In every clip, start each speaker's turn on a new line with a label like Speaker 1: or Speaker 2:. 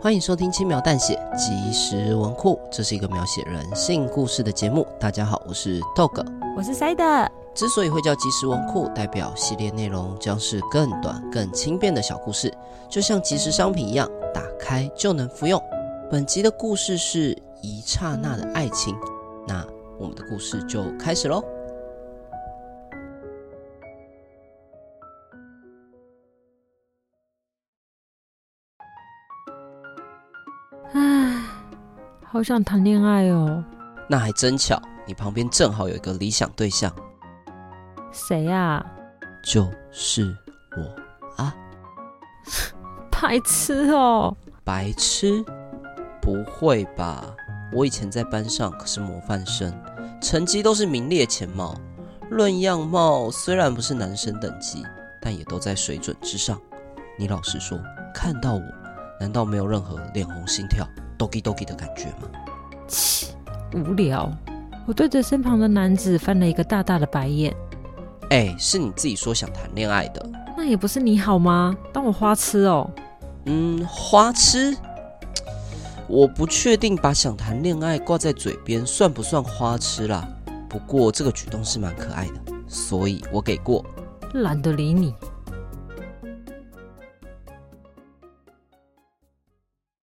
Speaker 1: 欢迎收听《轻描淡写即时文库》，这是一个描写人性故事的节目。大家好，我是 Dog。
Speaker 2: 我是 Side，
Speaker 1: 之所以会叫即时文库，代表系列内容将是更短、更轻便的小故事，就像即时商品一样，打开就能服用。本集的故事是一刹那的爱情，那我们的故事就开始喽。
Speaker 2: 唉，好想谈恋爱哦。
Speaker 1: 那还真巧，你旁边正好有一个理想对象，
Speaker 2: 谁啊？
Speaker 1: 就是我，啊
Speaker 2: 白痴哦！
Speaker 1: 白痴。不会吧？我以前在班上可是模范生，成绩都是名列前茅。论样貌，虽然不是男神等级，但也都在水准之上。你老实说，看到我，难道没有任何脸红心跳、doki doki 的感觉吗？
Speaker 2: 切，无聊。我对着身旁的男子翻了一个大大的白眼。
Speaker 1: 哎，是你自己说想谈恋爱的。
Speaker 2: 那也不是你好吗？当我花痴哦？
Speaker 1: 嗯，花痴，我不确定把想谈恋爱挂在嘴边算不算花痴啦。不过这个举动是蛮可爱的，所以我给过。
Speaker 2: 懒得理你。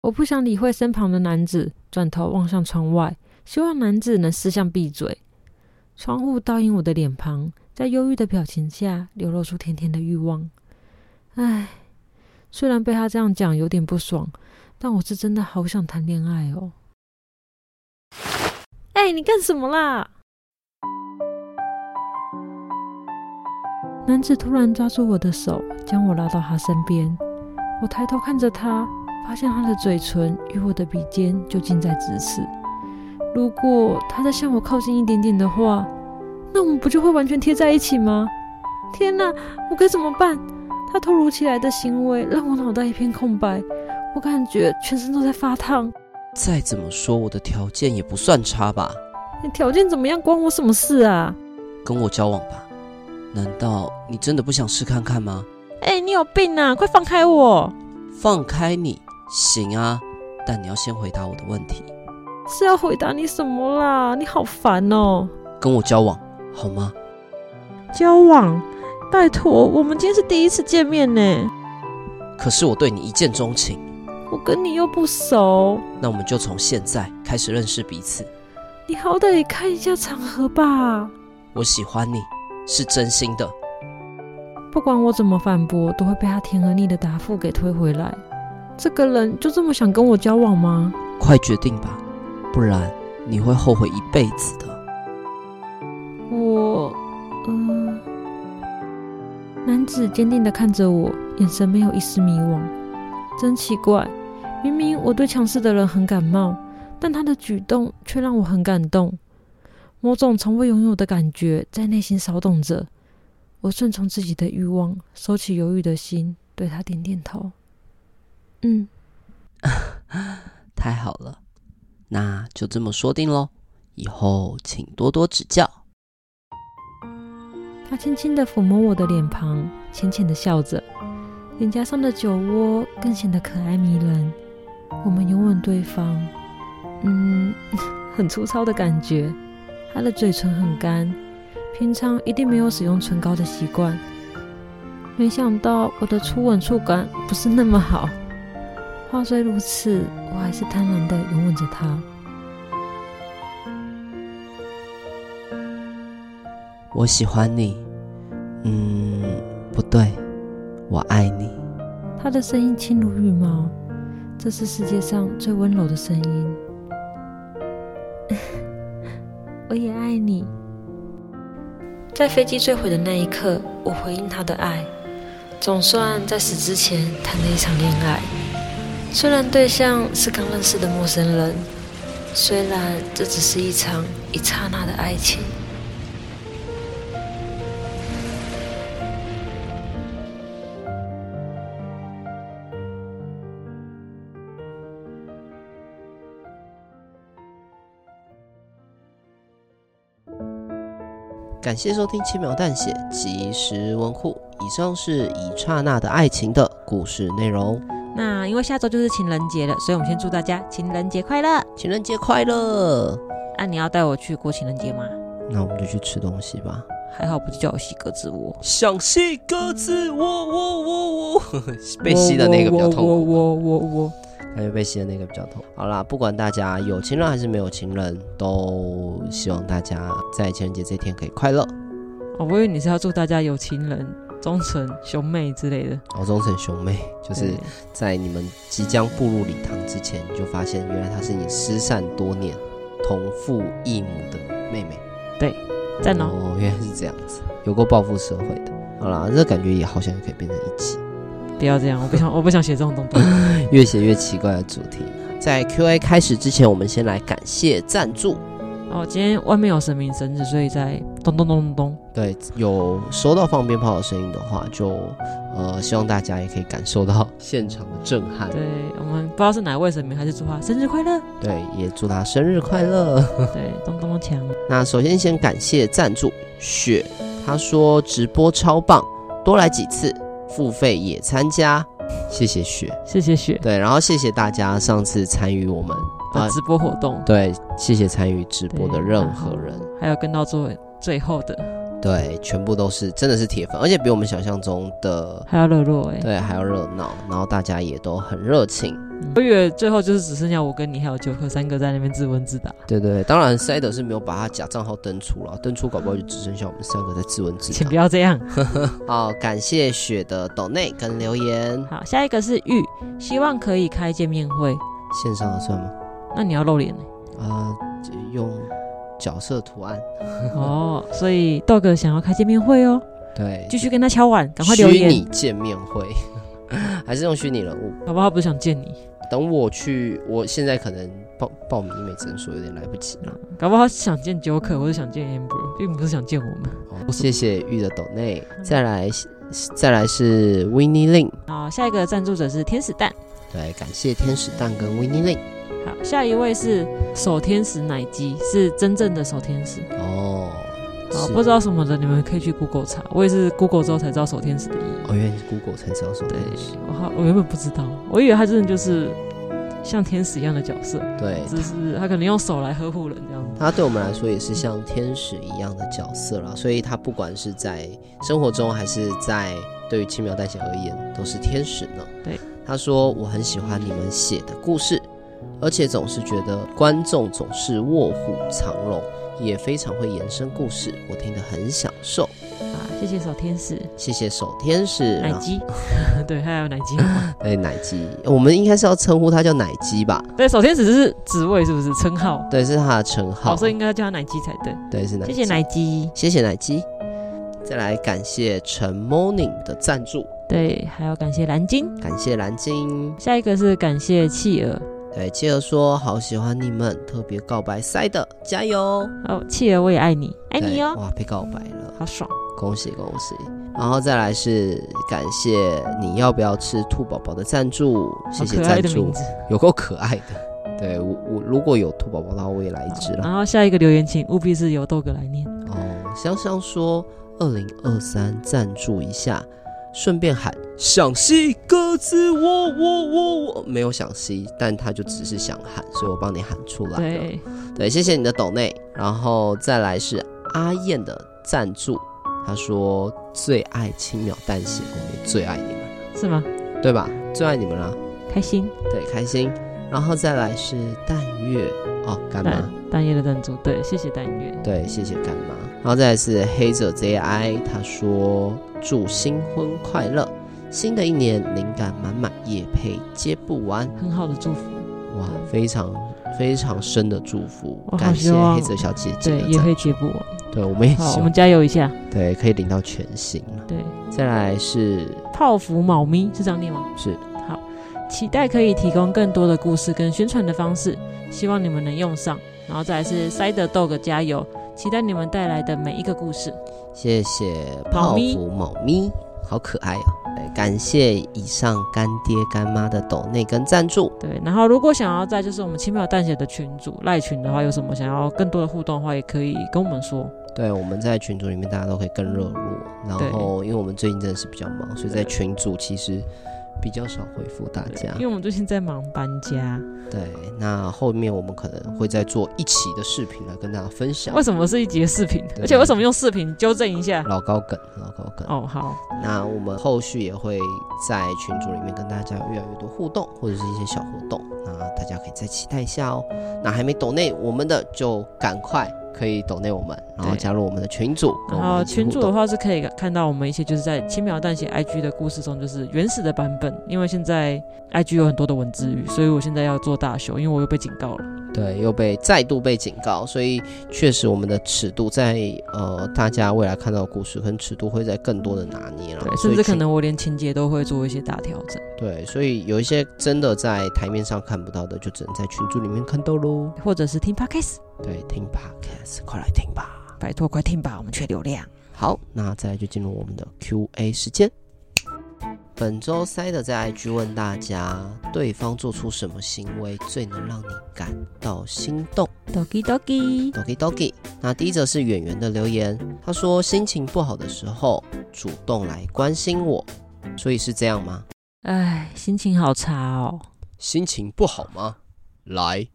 Speaker 2: 我不想理会身旁的男子，转头望向窗外，希望男子能识相闭嘴。窗户倒映我的脸庞，在忧郁的表情下流露出甜甜的欲望。唉，虽然被他这样讲有点不爽，但我是真的好想谈恋爱哦。哎、你干什么啦？男子突然抓住我的手，将我拉到他身边。我抬头看着他，发现他的嘴唇与我的鼻尖就近在咫尺。如果他再向我靠近一点点的话，那我们不就会完全贴在一起吗？天哪，我该怎么办？他突如其来的行为让我脑袋一片空白，我感觉全身都在发烫。
Speaker 1: 再怎么说，我的条件也不算差吧？
Speaker 2: 你条件怎么样，关我什么事啊？
Speaker 1: 跟我交往吧？难道你真的不想试看看吗？
Speaker 2: 哎、你有病啊！快放开我！
Speaker 1: 放开你，行啊，但你要先回答我的问题。
Speaker 2: 是要回答你什么啦？你好烦哦！
Speaker 1: 跟我交往好吗？
Speaker 2: 交往，拜托，我们今天是第一次见面呢，
Speaker 1: 可是我对你一见钟情，
Speaker 2: 我跟你又不熟，
Speaker 1: 那我们就从现在开始认识彼此。
Speaker 2: 你好歹也看一下场合吧。
Speaker 1: 我喜欢你，是真心的。
Speaker 2: 不管我怎么反驳，都会被他甜而腻的答复给推回来。这个人就这么想跟我交往吗？
Speaker 1: 快决定吧，不然你会后悔一辈子的。
Speaker 2: 我，嗯、男子坚定的看着我，眼神没有一丝迷惘。真奇怪，明明我对强势的人很感冒，但他的举动却让我很感动。某种从未拥有的感觉在内心骚动着。我顺从自己的欲望，收起犹豫的心，对他点点头。嗯，
Speaker 1: 太好了，那就这么说定喽。以后请多多指教。
Speaker 2: 他轻轻地抚摸我的脸庞，浅浅地笑着，脸颊上的酒窝更显得可爱迷人。我们拥吻对方，嗯， 很粗糙的感觉。他的嘴唇很干，平常一定没有使用唇膏的习惯。没想到我的初吻触感不是那么好。话虽如此，我还是贪婪地拥吻着他。
Speaker 1: 我喜欢你，嗯，不对，我爱你。
Speaker 2: 他的声音轻如羽毛，这是世界上最温柔的声音。 我也爱你。在飞机坠毁的那一刻，我回应他的爱，总算在死之前谈了一场恋爱。虽然对象是刚认识的陌生人，虽然这只是一场一刹那的爱情。
Speaker 1: 感谢收听《轻描淡写即时文库》，以上是《一刹那的爱情》的故事内容。
Speaker 2: 那因为下周就是情人节了，所以我们先祝大家情人节快乐。
Speaker 1: 情人节快乐！
Speaker 2: 那、你要带我去过情人节吗？
Speaker 1: 那我们就去吃东西吧。
Speaker 2: 还好不是叫我洗鸽子窝，
Speaker 1: 想吸鸽子，我我我 我，被吸的那个比较痛
Speaker 2: 我
Speaker 1: 苦，
Speaker 2: 我我我我
Speaker 1: 感觉被吸的那个比较痛。好啦，不管大家有情人还是没有情人，都希望大家在情人节这天可以快乐。
Speaker 2: 我，哦，我以为你是要祝大家有情人、忠诚、兄妹之类的，
Speaker 1: 敖中诚兄妹，就是
Speaker 2: 对
Speaker 1: 在你们即将步入礼堂之前，你就发现原来她是你失散多年、同父异母的妹妹。
Speaker 2: 对，赞哦
Speaker 1: 哦，原来是这样子，有过报复社会的。好啦，这感觉也好像可以变成一集。
Speaker 2: 不要这样，我不想，我不想写这种东 东。
Speaker 1: 越写越奇怪的主题。在 Q&A 开始之前，我们先来感谢赞助。
Speaker 2: 哦，今天外面有神明生日，所以在咚咚咚咚咚。
Speaker 1: 对，有收到放鞭炮的声音的话，就呃希望大家也可以感受到现场的震撼。
Speaker 2: 对我们不知道是哪位神明，还是祝他生日快乐。
Speaker 1: 对，也祝他生日快乐。
Speaker 2: 对，咚咚咚锵。
Speaker 1: 那首先先感谢赞助雪，他说直播超棒，多来几次，付费也参加，谢谢雪。
Speaker 2: 谢谢雪
Speaker 1: 对，然后谢谢大家上次参与我们啊
Speaker 2: 的，直播活动，
Speaker 1: 对，谢谢参与直播的
Speaker 2: 对
Speaker 1: 任
Speaker 2: 然后
Speaker 1: 何人。
Speaker 2: 还有跟到最最后的，
Speaker 1: 对，全部都是真的是铁粉，而且比我们想象中的
Speaker 2: 还有乐乐哎。
Speaker 1: 对还要热闹，然后大家也都很热情。
Speaker 2: 嗯我以为最后就是只剩下我跟你还有九克三个在那边自问自答。
Speaker 1: 对对，对当然 Side 是没有把他假账号登出了，登出搞不好就只剩下我们三个在自问自
Speaker 2: 请不
Speaker 1: 答。
Speaker 2: 要这样。
Speaker 1: 好，感谢雪的抖内跟留言，
Speaker 2: 好，下一个是玉，希望可以开见面会。
Speaker 1: 线上的算吗？
Speaker 2: 那你要 露脸呢？
Speaker 1: 啊、就用角色图案，
Speaker 2: 哦，所以豆哥想要开见面会哦，
Speaker 1: 对，
Speaker 2: 继续跟他敲碗，赶快留
Speaker 1: 虚拟
Speaker 2: 言，
Speaker 1: 见面会， 还是用虚拟人物？
Speaker 2: 好不好？他不是想见你，
Speaker 1: 等我去，我现在可能报报名医美诊所有点来不及了。
Speaker 2: 搞不好想见 Joker 或者想见 Amber，并不是想见我们。
Speaker 1: 哦谢谢玉的抖内，再来是再来是 w i n n i Lin，
Speaker 2: 好，下一个赞助者是天使蛋。
Speaker 1: 对，感谢天使蛋跟 w i n n i Lin。
Speaker 2: 好，下一位是守天使奶鸡，是真正的守天使。
Speaker 1: 哦，
Speaker 2: 好，
Speaker 1: 是
Speaker 2: 不知道什么的，你们可以去 Google 查。我也是 Google 之后才知道守天使的意义。
Speaker 1: 哦，原来你是 Google 才知道说
Speaker 2: 对
Speaker 1: 天使，，
Speaker 2: 我好，我原本不知道，我以为他真的就是像天使一样的角色，
Speaker 1: 对，
Speaker 2: 只是他可能用手来呵护人这样子。
Speaker 1: 他对我们来说也是像天使一样的角色啦，所以他不管是在生活中还是在对于轻描淡写而言，都是天使呢。
Speaker 2: 对，
Speaker 1: 他说我很喜欢你们写的故事，而且总是觉得观众总是卧虎藏龙，也非常会延伸故事，我听得很享受。
Speaker 2: 啊，谢谢守天使
Speaker 1: 谢谢守天使，
Speaker 2: 奶
Speaker 1: 然后
Speaker 2: 鸡， 对，还有奶鸡。
Speaker 1: 哎，奶鸡，我们应该是要称呼他叫奶鸡吧？
Speaker 2: 对，守天使是职位是不是称号？哦
Speaker 1: 对，是他的称号。
Speaker 2: 好，所以应该叫他奶鸡才对。
Speaker 1: 对，是奶
Speaker 2: 谢
Speaker 1: 鸡。
Speaker 2: 谢，奶鸡，
Speaker 1: 谢谢奶鸡。再来感谢陈 Morning 的赞助，
Speaker 2: 对，还要感谢蓝鲸。
Speaker 1: 感谢蓝鲸。
Speaker 2: 下一个是感谢企鹅，
Speaker 1: 对，接着说好喜欢你们，特别告白塞的，加油！
Speaker 2: 哦，企鹅我也爱你，爱你
Speaker 1: 对
Speaker 2: 哦，
Speaker 1: 哇，被告白了，
Speaker 2: 好爽。
Speaker 1: 恭喜恭喜！然后再来是感谢你要不要吃兔宝宝的赞助，谢谢
Speaker 2: 好可爱
Speaker 1: 赞
Speaker 2: 的
Speaker 1: 助
Speaker 2: 名，字。
Speaker 1: 有够可爱的。对我我如果有兔宝宝的话，我也来一只啦。
Speaker 2: 然后下一个留言请务必是由豆哥来念。
Speaker 1: 哦，香香说二零二三赞助一下，顺便喊想吸鸽子，我我我我没有想吸，但他就只是想喊，所以我帮你喊出来了。
Speaker 2: 对，
Speaker 1: 对谢谢你的抖内，然后再来是阿燕的赞助，他说最爱轻描淡写，我们也最爱你们，
Speaker 2: 是吗？
Speaker 1: 对吧？最爱你们啦，
Speaker 2: 开心，
Speaker 1: 对，开心。然后再来是淡月哦，干妈。
Speaker 2: 蛋蛋月的赞助，对，谢谢蛋月。
Speaker 1: 对，谢谢干妈。然后再来是黑者 ZI，他说祝新婚快乐，新的一年灵感满满，夜配接不完。
Speaker 2: 很好的祝福，
Speaker 1: 哇，非常非常深的祝福，
Speaker 2: 我好
Speaker 1: 感谢
Speaker 2: 希望
Speaker 1: 黑者小姐姐
Speaker 2: 对，
Speaker 1: 的
Speaker 2: 也
Speaker 1: 赞
Speaker 2: 会
Speaker 1: 助。
Speaker 2: 接不完。
Speaker 1: 对，我们也
Speaker 2: 好，
Speaker 1: 希
Speaker 2: 我
Speaker 1: 望
Speaker 2: 们加油一下。
Speaker 1: 对可以领到全新了。
Speaker 2: 对，
Speaker 1: 再来是
Speaker 2: 泡芙猫咪是这样念吗？
Speaker 1: 是
Speaker 2: 期待可以提供更多的故事跟宣传的方式，希望你们能用上。然后再来是 Side Dog 加油，期待你们带来的每一个故事。
Speaker 1: 谢谢
Speaker 2: 猫
Speaker 1: 泡
Speaker 2: 咪
Speaker 1: 芙猫咪，好可爱哦。对感谢以上干爹干妈的抖内跟赞助。
Speaker 2: 对，然后如果想要在就是我们轻描淡写的群组赖群的话，有什么想要更多的互动的话，也可以跟我们说。
Speaker 1: 对，我们在群组里面大家都可以更热络。然后，因为我们最近真的是比较忙，所以在
Speaker 2: 对
Speaker 1: 群组其实比较少回复大
Speaker 2: 对
Speaker 1: 家
Speaker 2: 因为。我们最近在忙搬家。
Speaker 1: 对，那后面我们可能会再做一期的视频来跟大家分享
Speaker 2: 为什么是一集的视频？
Speaker 1: 对
Speaker 2: 而且为什么用视频纠正一下？
Speaker 1: 老高梗，老高梗。
Speaker 2: 哦，好，
Speaker 1: 那我们后续也会在群组里面跟大家有越来越多互动，或者是一些小活动，那大家可以再期待一下哦。那还没抖内我们的就赶快可以抖内我们，然后
Speaker 2: 对
Speaker 1: 加入我们的群组，跟
Speaker 2: 然
Speaker 1: 我们
Speaker 2: 后
Speaker 1: 一起
Speaker 2: 群
Speaker 1: 互
Speaker 2: 主
Speaker 1: 动
Speaker 2: 的话是可以看到我们一些就是在轻描淡写 IG 的故事中，就是原始的版本。因为现在 IG 有很多的文字狱，所以我现在要做大修，因为我又被警告了。
Speaker 1: 对，又被再度被警告，所以确实我们的尺度在呃大家未来看到的故事跟尺度会在更多的拿捏了，所以
Speaker 2: 对，甚至可
Speaker 1: 请
Speaker 2: 能我连情节都会做一些大调整，
Speaker 1: 对，所以有一些真的在台面上看不到的，就只能在群组里面看到喽。
Speaker 2: 或者是听 podcast，
Speaker 1: 对，听 podcast，快来听吧。
Speaker 2: 拜托快听吧，我们缺流量。
Speaker 1: 好，那再来就进入我们的 Q&A 时间。本周塞德在 IG 问大家，对方做出什么行为最能让你感到心动
Speaker 2: Doki Doki，
Speaker 1: ？Doki Doki。那第一则是演员的留言，他说心情不好的时候主动来关心我，所以是这样吗？
Speaker 2: 哎，心情好差哦。
Speaker 1: 心情不好吗？来，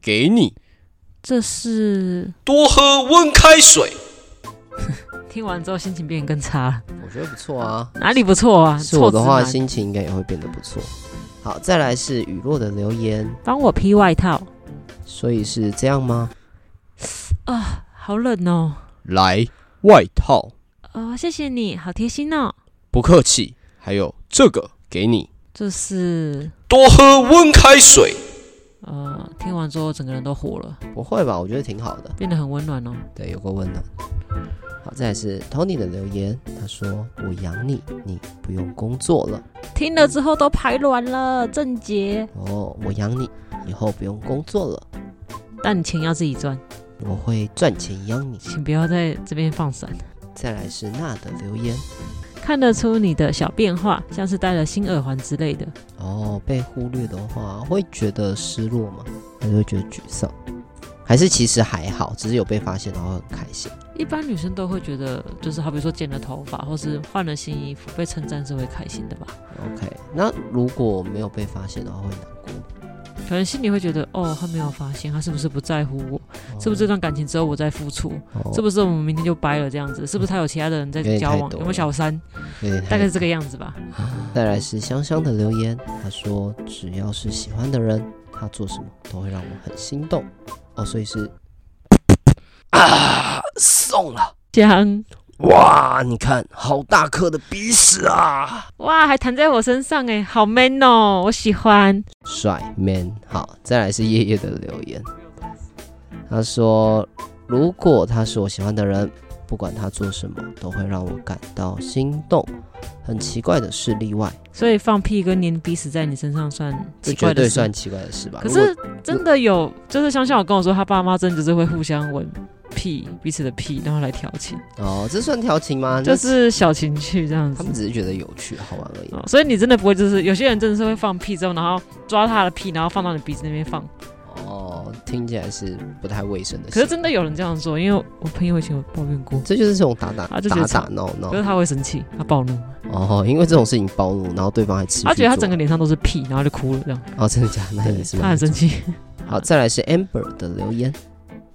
Speaker 1: 给你
Speaker 2: 这是
Speaker 1: 多喝温开水，
Speaker 2: 听完之后心情变得更差了，
Speaker 1: 我觉得不错啊。
Speaker 2: 哪里不错啊？
Speaker 1: 是我的话，
Speaker 2: 错字哪里
Speaker 1: 心情应该也会变得不错。好，再来是雨落的留言，
Speaker 2: 帮我披外套
Speaker 1: 所以是这样吗？
Speaker 2: 啊，好冷哦。
Speaker 1: 来，外套，
Speaker 2: 哦，谢谢你，好贴心哦。
Speaker 1: 不客气。还有这个给你，
Speaker 2: 这是
Speaker 1: 多喝温开水。
Speaker 2: 呃，听完之后整个人都火了，
Speaker 1: 不会吧？我觉得挺好的，
Speaker 2: 变得很温暖哦。
Speaker 1: 对，有够温暖。好，再来是 Tony 的留言，他说：“我养你，你不用工作了。
Speaker 2: 听了之后都排卵了，正杰，
Speaker 1: 哦，我养你，以后不用工作了，
Speaker 2: 但钱要自己赚，
Speaker 1: 我会赚钱养你。
Speaker 2: 请不要在这边放闪。”
Speaker 1: 再来是娜的留言，
Speaker 2: 看得出你的小变化，像是戴了新耳环之类的。
Speaker 1: 哦，被忽略的话，会觉得失落吗？还是会觉得沮丧？还是其实还好，只是有被发现，然后很开心。
Speaker 2: 一般女生都会觉得，就是好比说剪了头发，或是换了新衣服，被称赞是会开心的吧？
Speaker 1: OK，那如果没有被发现的话，会难过吗。
Speaker 2: 可能心里会觉得，哦，他没有发现，他是不是不在乎我？是不是这段感情只有我在付出？
Speaker 1: 哦
Speaker 2: 是不是我们明天就掰了这样子？是不是他有其他的人在
Speaker 1: 有点
Speaker 2: 交
Speaker 1: 太
Speaker 2: 往？
Speaker 1: 多
Speaker 2: 有没有
Speaker 1: 了
Speaker 2: 小三？
Speaker 1: 哦有点
Speaker 2: 大概
Speaker 1: 太
Speaker 2: 是这个样子吧。
Speaker 1: 再来是香香的留言，他说只要是喜欢的人，他做什么都会让我很心动。哦，所以是啊，送了
Speaker 2: 香
Speaker 1: 哇！你看，好大颗的鼻屎啊！
Speaker 2: 哇，还弹在我身上哎，好 man 哦，我喜欢。
Speaker 1: 帅 man。好，再来是夜夜的留言，他说：“如果他是我喜欢的人，不管他做什么，都会让我感到心动。很奇怪的是例外，
Speaker 2: 所以放屁跟粘鼻屎在你身上算
Speaker 1: 这
Speaker 2: 奇
Speaker 1: 绝
Speaker 2: 怪
Speaker 1: 对
Speaker 2: 的
Speaker 1: 算
Speaker 2: 事。
Speaker 1: 奇怪的事吧？
Speaker 2: 可
Speaker 1: 如果
Speaker 2: 是真的有，就是香香有跟我说，他爸妈真的就是会互相闻屁彼此的屁，然后来调情，
Speaker 1: 哦，这算调情吗？
Speaker 2: 就
Speaker 1: 那
Speaker 2: 是小情趣这样
Speaker 1: 他
Speaker 2: 子
Speaker 1: 们。只是觉得有趣好玩而已。
Speaker 2: 哦所以你真的不会，就是有些人真的是会放屁之后，然后抓他的屁，然后放到你鼻子那边放。
Speaker 1: 哦，听起来是不太卫生的
Speaker 2: 可
Speaker 1: 事
Speaker 2: 是。真的有人这样做，因为我朋友以前有抱怨过，
Speaker 1: 这就是这种打打
Speaker 2: 啊就觉
Speaker 1: 打
Speaker 2: 得
Speaker 1: 打闹闹
Speaker 2: 可是他会生气，他暴怒，
Speaker 1: 哦，因为这种事情暴怒，然后对方还持续做。
Speaker 2: 他啊觉得他整个脸上都是屁，然后就哭了这样。
Speaker 1: 哦，真的假的？那也是
Speaker 2: 他
Speaker 1: 蛮
Speaker 2: 很生气。
Speaker 1: 好，再来是 Amber 的留言，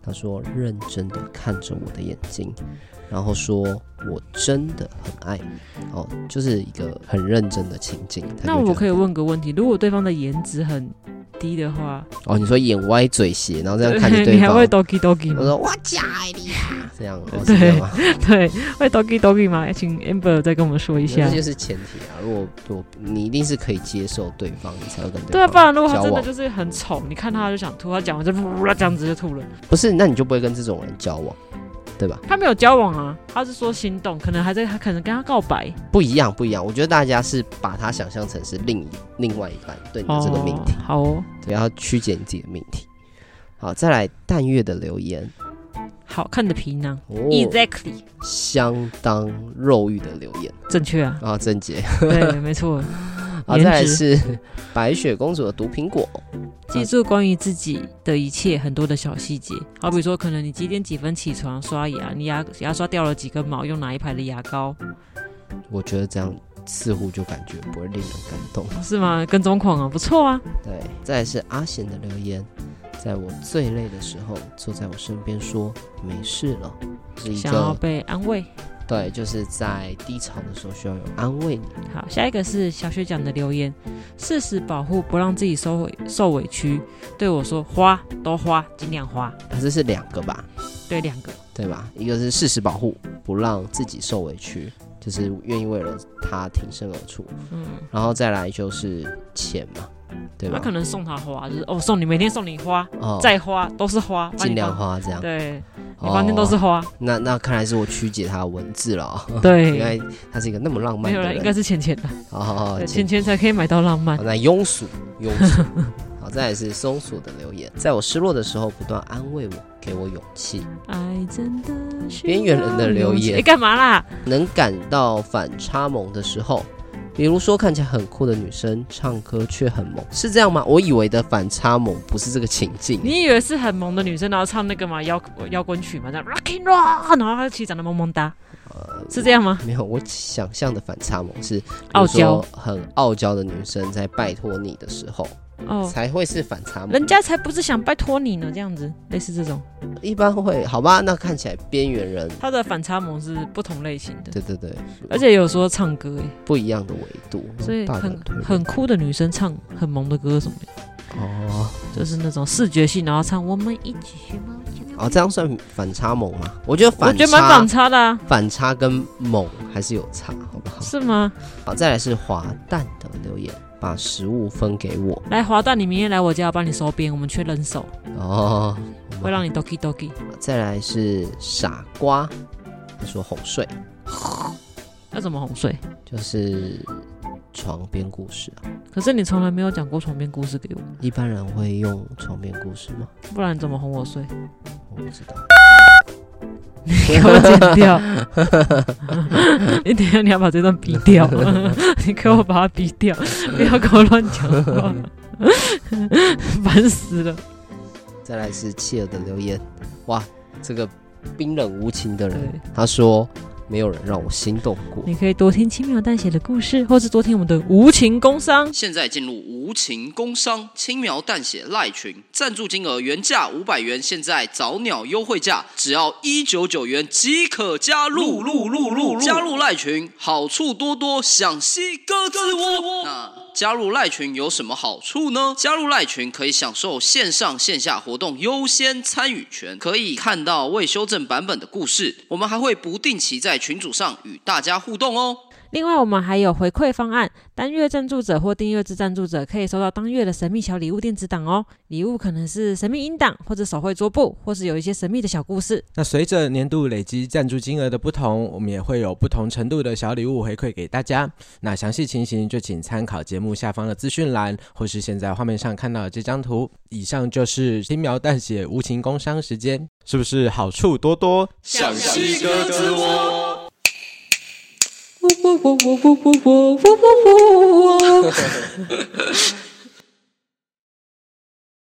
Speaker 1: 他说认真的看着我的眼睛，然后说我真的很爱你，哦，就是一个很认真的情境。
Speaker 2: 那我可
Speaker 1: 以
Speaker 2: 以问个问题：如果对方的颜值很低的话，
Speaker 1: 哦，你说眼歪嘴斜，然后 这样看着
Speaker 2: 你
Speaker 1: 对
Speaker 2: 还会
Speaker 1: 方，
Speaker 2: doki doki
Speaker 1: 我
Speaker 2: 吗？
Speaker 1: 说我假爱你啊，这样，哦，是这样吗？
Speaker 2: 对，会 doki doki 吗？哎请 Amber 再跟我们说一下
Speaker 1: 这。就是前提啊。如果如果你一定是可以接受对方，你才会跟
Speaker 2: 对
Speaker 1: 对
Speaker 2: 啊，不然
Speaker 1: 方
Speaker 2: 如果他
Speaker 1: 交
Speaker 2: 真的
Speaker 1: 往。
Speaker 2: 就是很丑，你看他就想吐，他讲完就呜啦这样子就吐了。
Speaker 1: 不是，那你就不会跟这种人交往，对吧？
Speaker 2: 他没有交往啊，他是说心动，可能还在，他可能跟他告白。
Speaker 1: 不一样，不一样。我觉得大家是把它想象成是另一另外一半对你的这个命题。
Speaker 2: 哦好哦，
Speaker 1: 不要曲解你自己的命题。好，再来淡月的留言，
Speaker 2: 好看的皮囊、
Speaker 1: 哦
Speaker 2: e x a c t l y
Speaker 1: 相当肉欲的留言，
Speaker 2: 正确啊
Speaker 1: 啊，郑杰。
Speaker 2: 对，没错。
Speaker 1: 好，
Speaker 2: 颜值
Speaker 1: 再来是白雪公主的毒苹果，
Speaker 2: 记住关于自己的一切很多的小细节，好比说，可能你几点几分起床刷牙，你牙牙刷掉了几根毛，用哪一排的牙膏，
Speaker 1: 我觉得这样似乎就感觉不会令人感动。
Speaker 2: 是吗？跟踪狂啊，不错啊。
Speaker 1: 对，再来是阿贤的留言，在我最累的时候，坐在我身边说没事了，是一
Speaker 2: 想要
Speaker 1: 个
Speaker 2: 被安慰。
Speaker 1: 对，就是在低潮的时候需要有安慰你。
Speaker 2: 好，下一个是小雪讲的留言，适时保护，不让自己受委受委屈。对我说，花都花，尽量花。
Speaker 1: 啊，这是两个吧？
Speaker 2: 对，两个
Speaker 1: 对吧？一个是适时保护，不让自己受委屈，就是愿意为了他挺身而出。嗯，然后再来就是钱嘛，对
Speaker 2: 他
Speaker 1: 吧
Speaker 2: 可？能送他花，就是哦，送你每天送你花，
Speaker 1: 哦
Speaker 2: 再花都是花，把你
Speaker 1: 尽量
Speaker 2: 房。
Speaker 1: 花这样。
Speaker 2: 对，你
Speaker 1: 哦
Speaker 2: 房间都是花。
Speaker 1: 那那看来是我曲解他的文字了哦、 原
Speaker 2: 对，
Speaker 1: 来他是一个那么浪
Speaker 2: 没
Speaker 1: 漫
Speaker 2: 有
Speaker 1: 的
Speaker 2: 了，
Speaker 1: 人。
Speaker 2: 应该是钱钱的，
Speaker 1: 好好好，
Speaker 2: 对
Speaker 1: 请
Speaker 2: 钱钱才可以买到浪漫
Speaker 1: 好，。那庸俗，庸 俗。好，再来是松鼠的留言，在我失落的时候不断安慰我，给我勇气。
Speaker 2: 爱真的需要
Speaker 1: 边缘人的留言
Speaker 2: 勇气哎，干嘛啦？
Speaker 1: 能感到反差萌的时候，比如说看起来很酷的女生唱歌却很萌，是这样吗？我以为的反差萌不是这个情境。
Speaker 2: 你以为是很萌的女生，然后唱那个嘛摇摇滚曲嘛，这样 rock and roll，然后她其实长得萌萌哒，
Speaker 1: 呃
Speaker 2: 是这样吗？
Speaker 1: 没有，我想象的反差萌是，比
Speaker 2: 傲
Speaker 1: 如
Speaker 2: 娇
Speaker 1: 说很傲娇的女生在拜托你的时候，
Speaker 2: 哦，
Speaker 1: 才会是反差萌
Speaker 2: 人。家才不是想拜托你呢，这样子类似这种，
Speaker 1: 一般会，好吧？那看起来边缘人，
Speaker 2: 她的反差萌是不同类型的，
Speaker 1: 对对对，
Speaker 2: 而且有说唱歌哎，
Speaker 1: 不一样的维度，
Speaker 2: 所以
Speaker 1: 大胆
Speaker 2: 很
Speaker 1: 推论
Speaker 2: 很酷的女生唱很萌的歌什么的，
Speaker 1: 哦。
Speaker 2: 就是那种视觉性，然后唱我们一起学猫叫，
Speaker 1: 哦，这样算反差萌吗？我觉得
Speaker 2: 我
Speaker 1: 反
Speaker 2: 觉
Speaker 1: 差
Speaker 2: 得蛮反差的啊，
Speaker 1: 反差跟猛还是有差，好不好？
Speaker 2: 是吗？
Speaker 1: 好，再来是滑蛋的留言，把食物分给我
Speaker 2: 来华大，你明天来我家，我帮你收编，我们缺人手，
Speaker 1: 哦。
Speaker 2: 会让你 doki doki。
Speaker 1: 再来是傻瓜，他说哄睡
Speaker 2: 要怎么哄睡？
Speaker 1: 就是床边故事啊，
Speaker 2: 可是你从来没有讲过床边故事给我，
Speaker 1: 一般人会用床边故事吗？
Speaker 2: 不然你怎么哄我睡？
Speaker 1: 我不知道。
Speaker 2: 给我剪掉！你等一下你要把这段逼掉， 你给我把它逼掉，不要跟我乱讲话， 烦死了！
Speaker 1: 再来是契尔的留言，哇，这个冰冷无情的
Speaker 2: 对
Speaker 1: 人，他说没有人让我心动过。
Speaker 2: 你可以多听轻描淡写的故事，或是多听我们的无情工伤。
Speaker 1: 现在进入无情工商轻描淡写赖群，赞助金额原价五百元，现在早鸟优惠价只要一九九元即可加入。入入入入加入赖群，好处多多，想吸鸽子窝。那加入赖群有什么好处呢？加入赖群可以享受线上线下活动优先参与权，可以看到未修正版本的故事。我们还会不定期在群组上与大家互动哦。
Speaker 2: 另外，我们还有回馈方案，单月赞助者或订阅制赞助者可以收到当月的神秘小礼物电子档哦。礼物可能是神秘音档，或者手绘桌布，或是有一些神秘的小故事。
Speaker 3: 那随着年度累积赞助金额的不同，我们也会有不同程度的小礼物回馈给大家。那详细情形就请参考节目下方的资讯栏，或是现在画面上看到的这张图。以上就是轻描淡写无情工伤时间，是不是好处多多？
Speaker 1: 想吸鸽子窝。